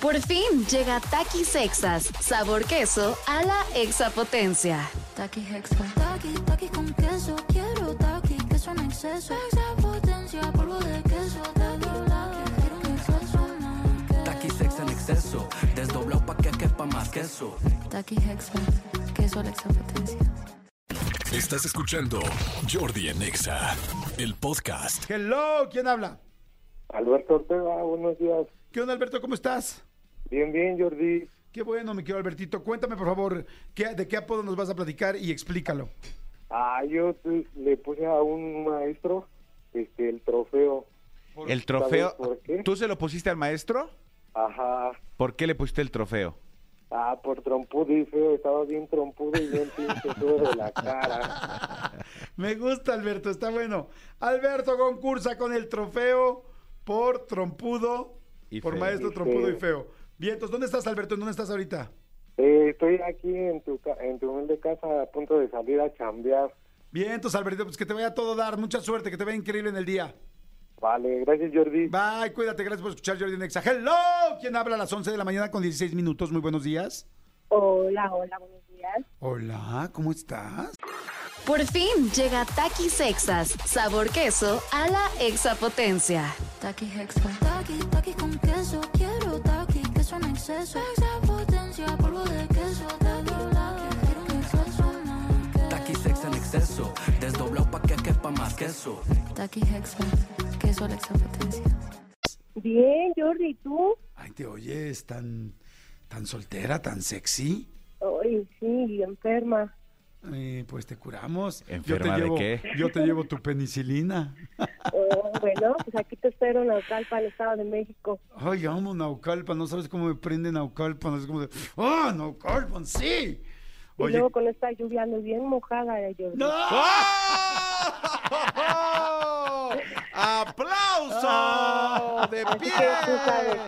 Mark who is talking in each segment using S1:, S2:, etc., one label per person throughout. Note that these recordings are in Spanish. S1: Por fin llega Taqui Sexas, sabor queso a la exapotencia.
S2: Taqui Hexa. Taqui, taqui con queso. Quiero taqui, queso en exceso. Extra potencia, polvo de queso. Taqui, taqui, quiero un exceso más.
S3: Taqui sex en exceso, desdoblado pa' que quepa más queso.
S2: Taqui Hexa. Queso a la extra potencia.
S4: Estás escuchando Jordi en EXA, el podcast.
S5: Hello, ¿quién habla?
S6: Alberto Ortega, ah, buenos días.
S5: ¿Qué onda, Alberto? ¿Cómo estás?
S6: Bien, bien, Jordi.
S5: Qué bueno, mi querido Albertito. Cuéntame, por favor, ¿qué- ¿de qué apodo nos vas a platicar y explícalo?
S6: Ah, yo te- le puse a un maestro este, el trofeo.
S7: El trofeo.
S6: ¿Sabes por qué?
S7: ¿Tú se lo pusiste al maestro?
S6: Ajá.
S7: ¿Por qué le pusiste el trofeo?
S6: Ah, por trompudo y feo. Estaba bien trompudo y bien pinche feo de la cara.
S5: Me gusta, Alberto, está bueno. Alberto concursa con el trofeo por trompudo,
S7: Y
S5: por
S7: feo.
S5: maestro
S6: Y
S5: trompudo y
S6: feo.
S5: feo. Bien, entonces, ¿dónde estás, Alberto? ¿En dónde estás ahorita?
S6: Eh, estoy aquí en tu, ca- en tu humilde casa a punto de salir a chambear.
S5: Bien, entonces, Albertito, pues que te vaya a todo dar. Mucha suerte, que te vaya increíble en el día.
S6: Vale, gracias, Jordi.
S5: Bye, cuídate, gracias por escuchar Jordi Nexa. Hello, ¿quién habla a las 11 de la mañana con 16 minutos? Muy buenos días.
S8: Hola, hola, buenos días.
S5: Hola, ¿cómo estás?
S1: Por fin llega Taqui Sexas, sabor queso a la exapotencia.
S2: Taqui Hexa. Taqui, taqui con queso. Quiero taqui, queso en exceso. Extra potencia, polvo de queso. Taqui, taqui, quiero un exceso más.
S3: Taqui sex en exceso, desdoblado pa' que quepa más queso.
S2: Taqui Hexa. Queso a la extra potencia.
S8: Bien, Jordi, ¿y tú?
S5: Ay, te oyes tan, tan soltera, tan sexy.
S8: Ay, sí, enferma.
S5: Eh, pues te curamos.
S7: ¿Enferma de
S5: yo te llevo,
S7: qué?
S5: Yo te llevo tu penicilina.
S8: Oh, bueno, pues aquí te espero en Naucalpa, el Estado de México.
S5: Ay, amo Naucalpan, no sabes cómo me prende Naucalpan, es como de, ¡ah, Naucalpan, sí!
S8: Y luego con esta lluvia ando bien mojada, eh, Jordi.
S5: ¡No!
S7: ¡Aplauso de
S8: Ah. Así
S7: pie!
S8: que tú sabes.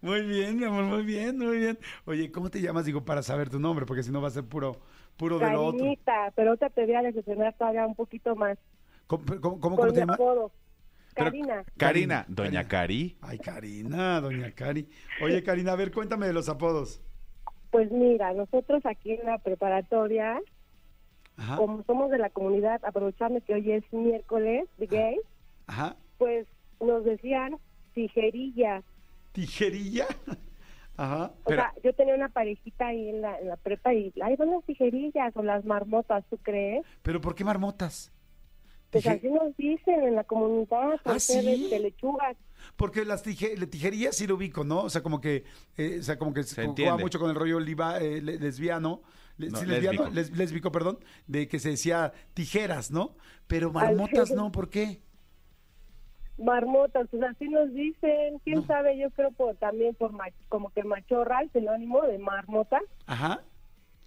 S5: Muy bien, mi amor, muy bien, muy bien. Oye, ¿cómo te llamas? Digo, para saber tu nombre, porque si no va a ser puro, puro de lo otro.
S8: Carinita, pero ahorita te voy a decepcionar todavía un poquito más.
S5: ¿Cómo, cómo- cómo- cómo
S8: Con
S5: te
S8: mi
S5: llamas?
S8: apodo.
S7: Pero-
S8: Karina.
S7: Karina,
S5: Karina,
S7: doña Cari.
S5: Karina. Ay, Karina, doña Cari. Oye, Karina, a ver, cuéntame de los apodos.
S8: Pues mira, nosotros aquí en la preparatoria,
S5: Ajá,
S8: como somos de la comunidad, aprovechando que hoy es miércoles
S5: Ah.
S8: de gay,
S5: ajá.
S8: pues nos decían tijerillas.
S5: ¿Tijerilla? Ajá.
S8: O
S7: Pero-
S8: sea, yo tenía una parejita ahí en la, en la prepa y ahí van las tijerillas o las marmotas, ¿tú crees?
S5: ¿Pero por qué marmotas?
S8: Pues
S5: Tije-
S8: así nos dicen en la comunidad, por
S5: ¿Ah,
S8: ser
S5: sí?
S8: este, lechugas.
S5: Porque las tije- le- tijerías sí lo ubico, ¿no? O sea, como que, eh, o sea, como que se ju-
S7: entiende.
S5: juega mucho con el rollo liba- eh, le- lesbiano, le-
S7: No,
S5: sí, lesbiano,
S7: lésbico.
S5: les- lésbico, perdón, de que se decía tijeras, ¿no? Pero marmotas
S8: Ay.
S5: no, ¿por qué?
S8: Marmotas, pues así nos dicen. ¿Quién
S5: No.
S8: sabe? Yo creo por, también por ma- como que machorra, el sinónimo de marmota.
S5: Ajá.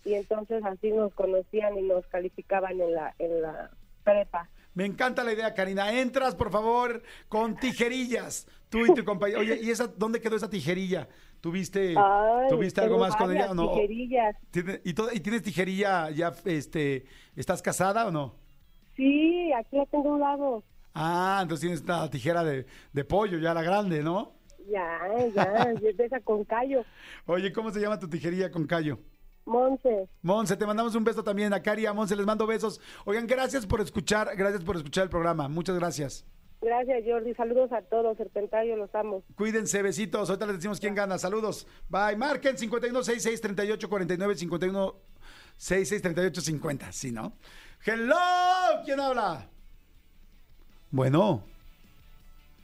S8: Y entonces así nos conocían y nos calificaban en la, en la prepa.
S5: Me encanta la idea, Karina. Entras, por favor, con tijerillas, tú y tu compañero. Oye, ¿y esa, dónde quedó esa tijerilla? ¿Tuviste,
S8: Ay,
S5: ¿tuviste algo
S8: tengo
S5: más con ella
S8: varias
S5: o no?
S8: Tijerillas.
S5: ¿Tiene- y, todo- ¿Y tienes tijerilla ya, este, estás casada o no?
S8: Sí, aquí la tengo a un lado.
S5: Ah, entonces tienes la tijera de, de pollo, ya la grande, ¿no?
S8: Ya, ya, de esa con callo.
S5: Oye, ¿cómo se llama tu tijerilla con callo?
S8: Monse,
S5: Monse, te mandamos un beso también a Cari y a Monse, les mando besos. Oigan, gracias por escuchar, gracias por escuchar el programa, muchas gracias.
S8: gracias Jordi, saludos a todos, Serpentario, los amo.
S5: Cuídense, besitos, ahorita les decimos quién gana, saludos. Bye, marquen 51663849, 51663850, ¿sí, no? Hello, ¿quién habla? Bueno,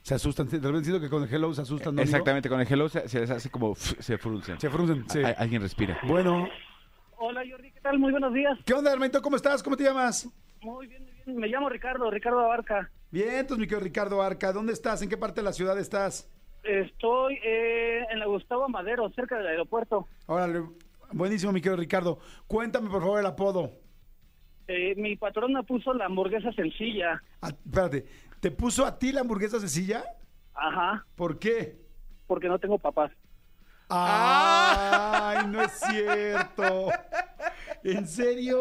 S5: se asustan, de repente siento que con el hello se asustan, ¿no, amigo?
S7: Exactamente, con el hello se, se les hace como. f- se fruncen.
S5: Se fruncen, sí.
S7: A- alguien respira.
S5: Bueno,
S9: Hola Jordi, ¿qué tal? Muy buenos días.
S5: ¿qué onda, Armento? ¿Cómo estás? ¿Cómo te llamas?
S9: Muy bien, muy bien. Me llamo Ricardo, Ricardo Abarca.
S5: Bien, entonces, mi querido Ricardo Arca, ¿dónde estás? ¿En qué parte de la ciudad estás?
S9: Estoy eh, en la Gustavo Madero, cerca del aeropuerto.
S5: Órale, buenísimo, mi querido Ricardo. Cuéntame, por favor, el apodo.
S9: Eh, mi patrona puso la hamburguesa sencilla.
S5: A- espérate, ¿te puso a ti la hamburguesa sencilla?
S9: Ajá,
S5: ¿Por qué?
S9: porque no tengo papás.
S5: ¡Ay, no es cierto! ¿En serio?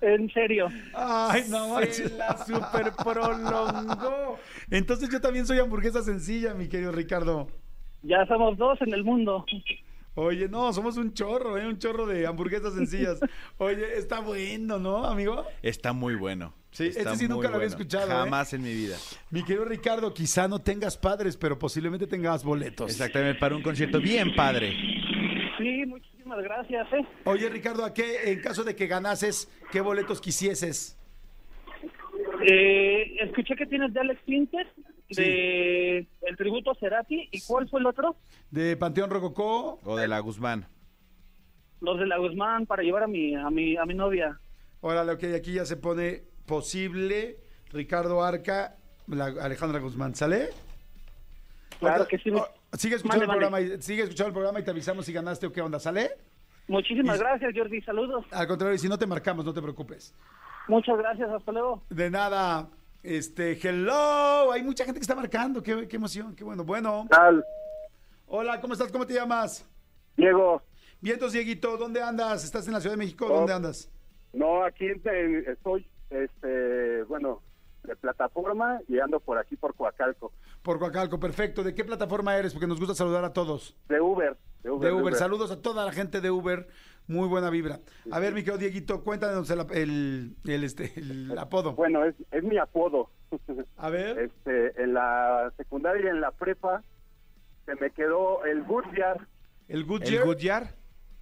S9: En serio.
S5: ¡Ay, no! Se la super prolongó. Entonces yo también soy hamburguesa sencilla, mi querido Ricardo.
S9: Ya somos dos en el mundo.
S5: Oye, no, somos un chorro, ¿eh? un chorro de hamburguesas sencillas. Oye, está bueno, ¿no, amigo?
S10: Está muy bueno.
S5: Sí, este
S10: Está
S5: sí
S10: muy
S5: nunca lo había escuchado, ¿eh?
S10: Jamás en mi vida.
S5: Mi querido Ricardo, quizá no tengas padres, pero posiblemente tengas boletos.
S10: Exactamente, para un concierto bien padre.
S9: Sí, muchísimas gracias, ¿eh?
S5: Oye, Ricardo, ¿a qué, en caso de que ganases, qué boletos quisieses?
S9: Eh, escuché que tienes de Alex Pinter, de el tributo a Cerati, ¿y cuál fue el otro?
S5: ¿De Panteón Rococó?
S10: O de la Guzmán.
S9: Los de la Guzmán para llevar a mi, a mi, a mi novia.
S5: Órale, ok, aquí ya se pone posible Ricardo Arca, la- Alejandra Guzmán, ¿sale?
S9: Claro
S5: Ahorita-
S9: que sí.
S5: oh, sigue escuchando
S9: Mande,
S5: el
S9: mande.
S5: programa, y- sigue escuchando el programa y te avisamos si ganaste o qué onda, ¿sale?
S9: Muchísimas
S5: Y-
S9: gracias, Jordi. Saludos.
S5: Al contrario, y si no te marcamos, no te preocupes.
S9: Muchas gracias. Hasta luego.
S5: De nada, este, hello, hay mucha gente que está marcando, qué, qué emoción, qué bueno. Bueno,
S6: Tal,
S5: hola, ¿cómo estás? ¿Cómo te llamas?
S6: Diego,
S5: Vientos, Dieguito, ¿dónde andas? ¿Estás en la Ciudad de México? ¿Dónde
S6: Oh.
S5: andas?
S6: no, aquí en- estoy, este, bueno, de plataforma y ando por aquí, por Coacalco,
S5: Por Coacalco, perfecto. ¿De qué plataforma eres? Porque nos gusta saludar a todos.
S6: de Uber. De Uber,
S5: De
S6: de
S5: Uber,
S6: Uber.
S5: saludos a toda la gente de Uber. Muy buena vibra. A ver, mi querido Dieguito, cuéntanos el, ap- el- el, este, el apodo.
S6: Bueno, es, es mi apodo.
S5: A ver,
S6: Este, en la secundaria y en la prepa se me quedó el Goodyear.
S5: el Goodyear.
S10: ¿El Goodyear?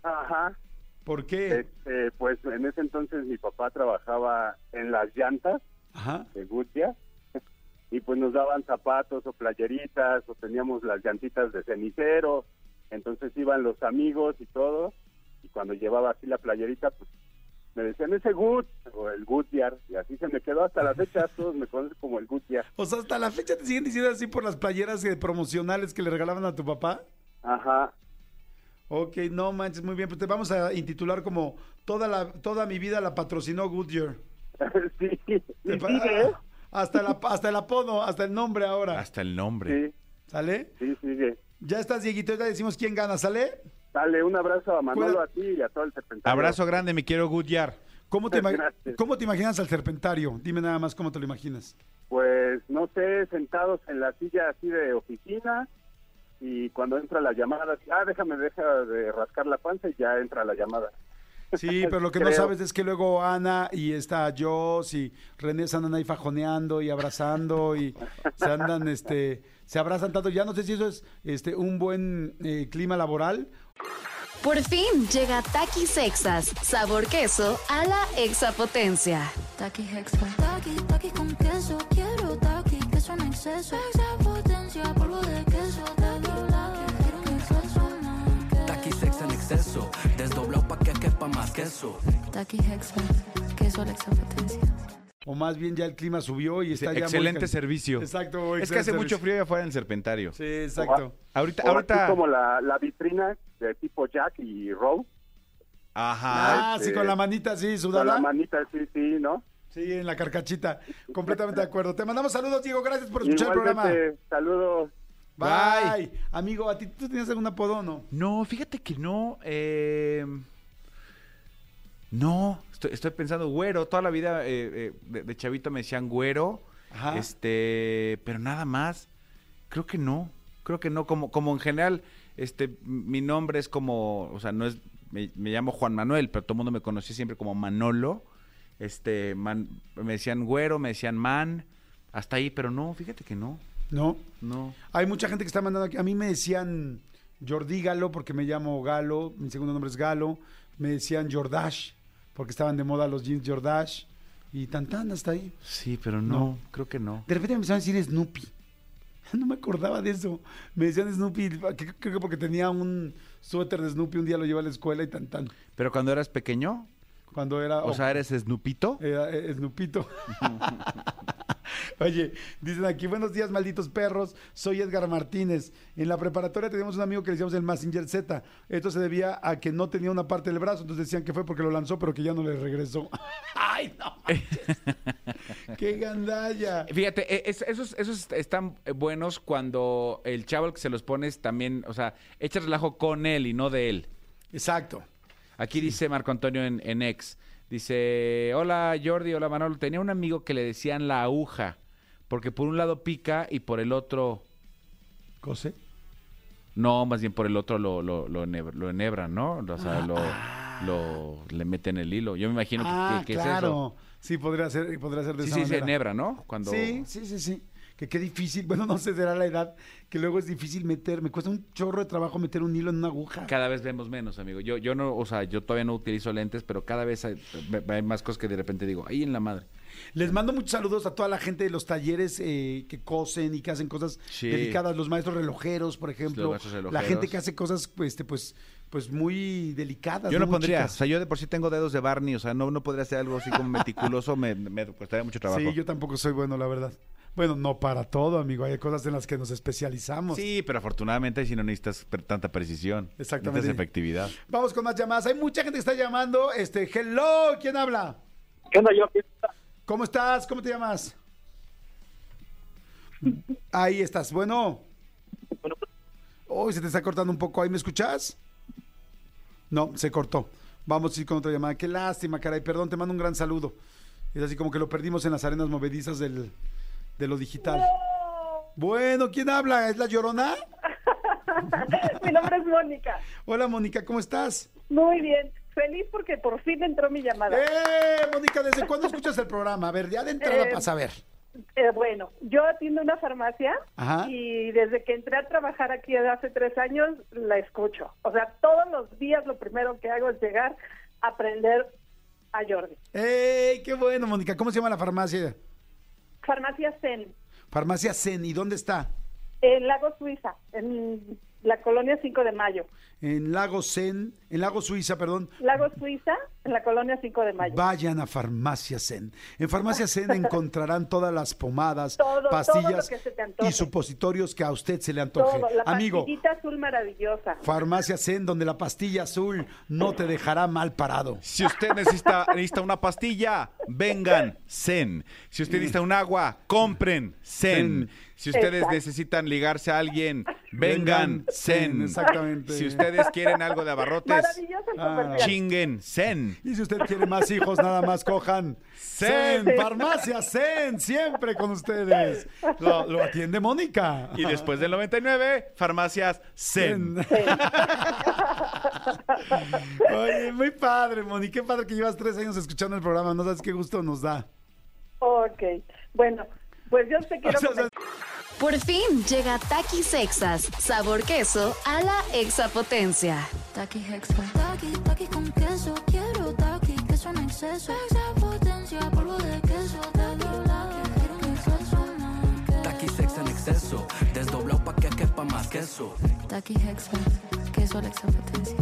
S6: Ajá.
S5: ¿Por qué?
S6: Este, pues en ese entonces mi papá trabajaba en las llantas
S5: Ajá.
S6: de Goodyear y pues nos daban zapatos o playeritas o teníamos las llantitas de cenicero. Entonces iban los amigos y todo y cuando llevaba así la playerita pues me decían ese Good o el Goodyear y así se me quedó hasta la fecha. Todos me conocen como el Goodyear.
S5: O sea, hasta la fecha te siguen diciendo así por las playeras eh, promocionales que le regalaban a tu papá.
S6: Ajá.
S5: Ok, no manches, muy bien. Pues te vamos a intitular como Toda, la, toda mi vida la patrocinó Goodyear.
S6: sí. sí,
S5: Te pa-
S6: sigue, ¿eh?
S5: hasta, el ap- hasta el apodo, hasta el nombre ahora.
S10: Hasta el nombre.
S6: Sí,
S5: ¿Sale?
S6: sí, sigue.
S5: Ya estás, Dieguito, ya decimos quién gana, ¿sale?
S6: Dale un abrazo a Manolo,
S5: Cuida-
S6: a ti y a todo el serpentario.
S10: Abrazo grande, me quiero Goodyear.
S5: ¿Cómo te, ima-
S6: Gracias.
S5: ¿Cómo te imaginas al serpentario? Dime nada más cómo te lo imaginas.
S6: Pues no sé, sentados en la silla así de oficina y cuando entra la llamada, así, ah, déjame, deja de rascar la panza y ya entra la llamada.
S5: Sí, pero lo que no
S6: Creo.
S5: sabes es que luego Ana y está Jos y René se andan ahí fajoneando y abrazando y se andan, este, se abrazan tanto. Ya no sé si eso es este, un buen eh, clima laboral
S1: Por fin llega Takis Exas, sabor queso a la exapotencia.
S2: Taki Hexa. Taki, taki con queso. Quiero taki, queso en exceso. Extra potencia, polvo de queso. Taki, taki, quiero un exceso más.
S3: Taqui sex en exceso, desdoblado pa' que quepa más queso.
S2: Taki Hexa. Queso a la extra potencia.
S5: o más bien ya el clima subió y está ya muy
S10: Excelente
S5: cal-
S10: servicio.
S5: Exacto.
S10: Es
S5: excelente
S10: que hace mucho
S5: servicio.
S10: frío allá afuera en el Serpentario.
S5: Sí, exacto.
S10: Ahorita,
S6: O así
S10: ahorita.
S6: como la, la vitrina de tipo Jack y Rose,
S10: Ajá.
S5: Ah, sí,
S6: este,
S5: con la manita así, sudada.
S6: con la manita, sí, sí, ¿no?
S5: Sí, en la carcachita. Completamente de acuerdo. Te mandamos saludos, Diego. Gracias por escuchar el
S6: Igualmente, saludos.
S5: programa. Bye.
S10: Bye.
S5: Amigo, ¿a ti tú tienes algún apodo o no?
S10: No, fíjate que no. eh, no, estoy, estoy pensando güero. Toda la vida eh, eh, de, de chavito me decían güero.
S5: Ajá.
S10: Este, pero nada más. Creo que no. Creo que no. Como, como en general, este, m- mi nombre es como, o sea, no es, me, me llamo Juan Manuel, pero todo el mundo me conoció siempre como Manolo. Este, man- me decían güero, me decían man. Hasta ahí, pero no, fíjate que no.
S5: No.
S10: No.
S5: Hay mucha gente que está mandando aquí. A mí me decían Jordi Galo porque me llamo Galo. Mi segundo nombre es Galo. Me decían Jordash porque estaban de moda los jeans Jordash. Y tan tan hasta ahí.
S10: Sí, pero no,
S5: No.
S10: crcreo que no.
S5: De repente me empezaron a decir Snoopy. No me acordaba de eso. Me decían Snoopy, que- creo que porque tenía un suéter de Snoopy, un día lo llevé a la escuela y tan tan.
S10: Pero cuando eras pequeño,
S5: Cuando era...
S10: O sea, eres Snoopito.
S5: Era eh, Snupito. Oye, dicen aquí, buenos días, malditos perros. Soy Edgar Martínez. En la preparatoria teníamos un amigo que le decíamos el Massinger Z. Esto se debía a que no tenía una parte del brazo, entonces decían que fue porque lo lanzó, pero que ya no le regresó. ¡Ay, no manches! ¡Qué gandalla!
S7: Eh, Fíjate, e- es- esos, esos están eh, buenos cuando el chavo al que se los pones también, o sea, echa relajo con él y no de él.
S5: Exacto.
S7: Aquí dice Marco Antonio en, en ex. Dice, hola Jordi, hola Manolo. Tenía un amigo que le decían la aguja, porque por un lado pica y por el otro...
S5: ¿Cose?
S7: No, más bien por el otro lo, lo, lo, enheb- lo enhebran, ¿no? O sea, lo, lo- le meten el hilo. Yo me imagino que-
S5: Ah,
S7: que, que es eso.
S5: claro. Sí, podría ser, podría ser de
S7: Sí,
S5: esa
S7: sí, se
S5: manera.
S7: enhebra, ¿no? Cuando...
S5: Sí, sí, sí, sí. Que qué difícil. Bueno, no sé, será la edad que luego es difícil meter. Me cuesta un chorro de trabajo meter un hilo en una aguja.
S7: Cada vez vemos menos, amigo. Yo, yo no, o sea, yo todavía no utilizo lentes, pero cada vez hay, hay más cosas que de repente digo, ahí en la madre.
S5: Les mando muchos saludos a toda la gente de los talleres eh, que cosen y que hacen cosas
S7: Sí.
S5: delicadas, los maestros relojeros, por
S7: Los
S5: ejemplo,
S7: maestros
S5: la
S7: relojeros.
S5: gente que hace cosas pues, este, pues, pues muy delicadas.
S10: Yo no
S5: Muy
S10: pondría,
S5: chicas.
S10: o sea, yo de por sí tengo dedos de Barney, o sea, no, no podría hacer algo así como meticuloso, me, me costaría mucho trabajo.
S5: Sí, yo tampoco soy bueno, la verdad. Bueno, no para todo, amigo. Hay cosas en las que nos especializamos.
S10: Sí, pero afortunadamente ahí sí no necesitas per- tanta precisión.
S5: Exactamente.
S10: Necesitas efectividad.
S5: Vamos con más llamadas. Hay mucha gente que está llamando. Este, hello, ¿quién habla?
S9: ¿Qué onda, yo?
S5: ¿Cómo estás? ¿Cómo te llamas? Ahí estás. Bueno. Hoy se te está cortando un poco. ¿Ahí me escuchas? No, se cortó. Vamos a ir con otra llamada. Qué lástima, caray. Perdón, te mando un gran saludo. Es así como que lo perdimos en las arenas movedizas del, de lo digital. Bueno, ¿quién habla? ¿Es la llorona?
S8: Mi nombre es Mónica.
S5: Hola, Mónica, ¿cómo estás?
S8: Muy bien. Feliz porque por fin entró mi llamada.
S5: ¡Eh, Mónica! ¿Desde cuándo escuchas el programa? A ver, ya de entrada
S8: Eh,
S5: para saber.
S8: Eh, bueno, yo atiendo una farmacia
S5: Ajá.
S8: y desde que entré a trabajar aquí hace tres años la escucho. O sea, todos los días lo primero que hago es llegar a aprender a Jordi.
S5: ¡Ey, Eh, qué bueno, Mónica! ¿Cómo se llama la farmacia?
S8: Farmacia Zen,
S5: Farmacia Zen, ¿y dónde está?
S8: en Lago Suiza, en la colonia 5 de Mayo.
S5: En Lago Zen, en Lago Suiza, perdón.
S8: Lago Suiza, en la colonia 5 de Mayo.
S5: Vayan a Farmacia Zen. En Farmacia Zen encontrarán todas las pomadas,
S8: Todo, todo lo
S5: pastillas
S8: que se te antoje.
S5: y supositorios que a usted se le antoje.
S8: Todo, la
S5: Amigo,
S8: pastillita azul maravillosa.
S5: Farmacia Zen, donde la pastilla azul no te dejará mal parado.
S10: Si usted necesita, necesita una pastilla, vengan, Zen. Si usted necesita un agua, compren, Zen. Si ustedes
S8: Exacto.
S10: necesitan ligarse a alguien, vengan,
S5: Zen,
S10: Zen.
S5: exactamente.
S10: Si ustedes quieren algo de abarrotes,
S8: Maravillosa el
S5: Ah.
S8: comercial.
S10: chinguen, Zen.
S5: Y si usted quiere más hijos, nada más cojan
S10: Zen.
S5: Zen, Farmacia Zen, siempre con ustedes. Lo, lo atiende Mónica.
S10: Y después del 99, farmacias Zen.
S5: Oye, muy padre, Moni. Qué padre que llevas tres años escuchando el programa. No sabes qué gusto nos da.
S8: Ok, bueno, pues yo te quiero
S5: O sea,
S8: comentar-
S1: Por fin llega Takis Exas, sabor queso a la exapotencia.
S2: Taki Hexa. Taki, taki con queso. Quiero taki, queso en exceso. Extra potencia, polvo de queso. Taki, taki, quiero un exceso más.
S3: Taqui sex en exceso, desdoblado pa' que quepa más queso.
S2: Taki Hexa. Queso la extra potencia.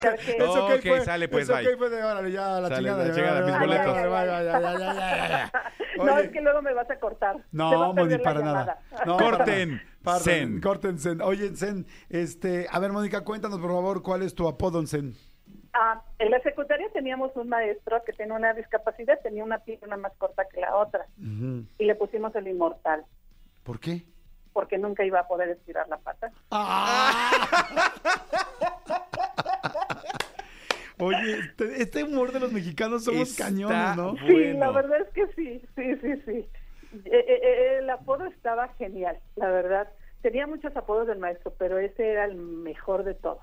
S8: porque-
S10: No,
S5: eso que
S10: ok,
S5: fue-
S10: sale, pues,
S5: eso
S10: bye.
S5: que fue de órale, ya a la
S10: Sale,
S5: chingada.
S10: la chingada, mis
S5: ya, ya,
S10: boletos.
S5: ya, ya, ya, ya, ya, ya, ya.
S8: No,
S5: Oye,
S8: es que luego me vas a cortar. Te va
S5: No,
S8: a perder
S5: Moni,
S8: la
S5: para
S8: llamada.
S5: nada. No,
S10: Corten,
S5: para nada.
S10: Zen.
S5: Corten, Zen. Oye, Zen, este, a ver, Mónica, cuéntanos, por favor, cuál es tu apodo, Zen.
S8: Ah, en la secundaria teníamos un maestro que tenía una discapacidad, tenía una pierna más corta que la otra. Y le pusimos el inmortal,
S5: ¿Por qué?
S8: porque nunca iba a poder estirar la pata.
S5: Ah. Oye, este, este humor de los mexicanos somos
S10: Está
S5: cañones, ¿no?
S8: Sí, la
S10: bueno.
S8: verdad es que sí, sí, sí, sí. Eh, eh, eh, el apodo estaba genial, la verdad. Tenía muchos apodos del maestro, pero ese era el mejor de todos.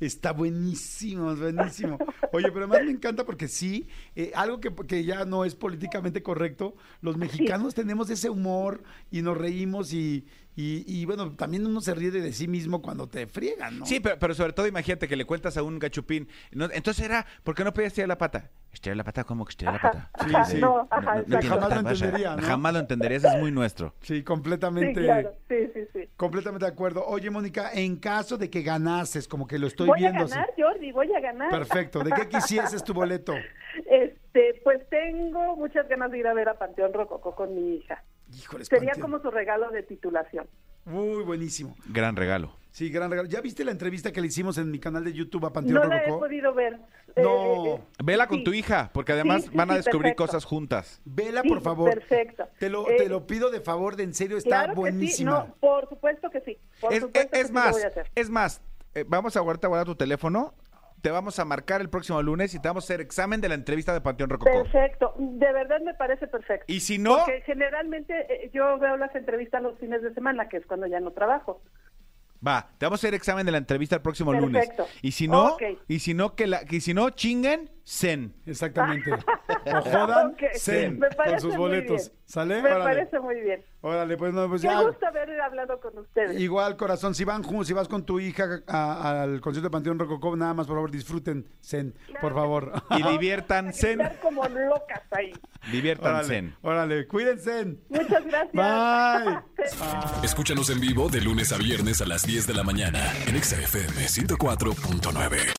S5: Está buenísimo, buenísimo. Oye, pero además me encanta porque sí, eh, algo que, que ya no es políticamente correcto, los mexicanos tenemos ese humor y nos reímos y, y- y, bueno, también uno se ríe de sí mismo cuando te friegan, ¿no?
S10: Sí, pero, pero sobre todo imagínate que le cuentas a un gachupín. no, entonces era, ¿por qué no podías tirar la pata? ¿Estirar la pata? ¿Cómo que estirar la pata?
S8: ajá, no, ajá, exacto.
S10: entiendo,
S5: Jamás lo
S10: Natasha.
S5: entendería, ¿no?
S10: Jamás lo entenderías, es muy nuestro.
S5: Sí,
S8: Sí,
S5: completamente.
S8: claro, sí, sí, sí.
S5: Completamente de acuerdo. Oye, Mónica, en caso de que ganases, como que lo estoy
S8: voy
S5: viendo.
S8: a
S5: así.
S8: ganar, Jordi, voy a ganar.
S5: Perfecto. ¿De qué quisieses tu boleto?
S8: Este, pues tengo muchas ganas de ir a ver a Panteón Rococó con mi hija.
S5: Híjoles,
S8: Sería
S5: Panteón.
S8: como su regalo de titulación.
S5: Uy, buenísimo.
S10: Gran regalo.
S5: Sí, gran regalo. ¿Ya viste la entrevista que le hicimos en mi canal de YouTube a Panteón
S8: No la he
S5: Rococó?
S8: podido ver. eh,
S5: No.
S10: Vela con
S8: sí.
S10: tu hija, porque además
S8: Sí, sí,
S10: van a
S8: sí,
S10: descubrir
S8: perfecto.
S10: cosas juntas.
S5: Vela,
S8: Sí,
S5: por favor.
S8: perfecto.
S5: Te lo, te
S8: Eh,
S5: lo pido de favor, de en serio, está
S8: Claro que sí,
S5: buenísima.
S8: no, por supuesto que sí. Por
S10: Es,
S8: supuesto
S10: es-
S8: que
S10: es
S8: sí lo
S10: más,
S8: voy a hacer.
S10: es más, eh, vamos a guardarte a guardar tu teléfono, te vamos a marcar el próximo lunes y te vamos a hacer examen de la entrevista de Panteón Rococó.
S8: Perfecto, de verdad me parece perfecto.
S10: Y si no-
S8: Porque generalmente eh, yo veo las entrevistas los fines de semana, que es cuando ya no trabajo.
S10: Va, te vamos a hacer examen de la entrevista el próximo
S8: Perfecto.
S10: lunes. Y si no,
S8: Ok.
S10: y si no que la, y si no chinguen, zen.
S5: Exactamente. O jodan,
S8: Ok.
S5: zen,
S8: Me
S5: con
S8: parece
S5: sus
S8: muy
S5: boletos.
S8: bien.
S5: ¿Sale?
S8: Me
S5: Órale.
S8: parece muy bien.
S5: Órale, pues no, pues
S8: Qué
S5: ya.
S8: gusto haber hablado con ustedes.
S5: Igual, corazón, si van juntos, si vas con tu hija a- al concierto de Panteón Rococó, nada más, por favor, disfruten, zen, por favor.
S10: Y diviértanse.
S8: Estar como locas ahí.
S10: Diviértanse.
S5: Órale, órale, cuídense.
S8: Muchas gracias.
S5: Bye.
S4: Escúchanos en vivo de lunes a viernes a las 10 de la mañana en Exa FM 104.9.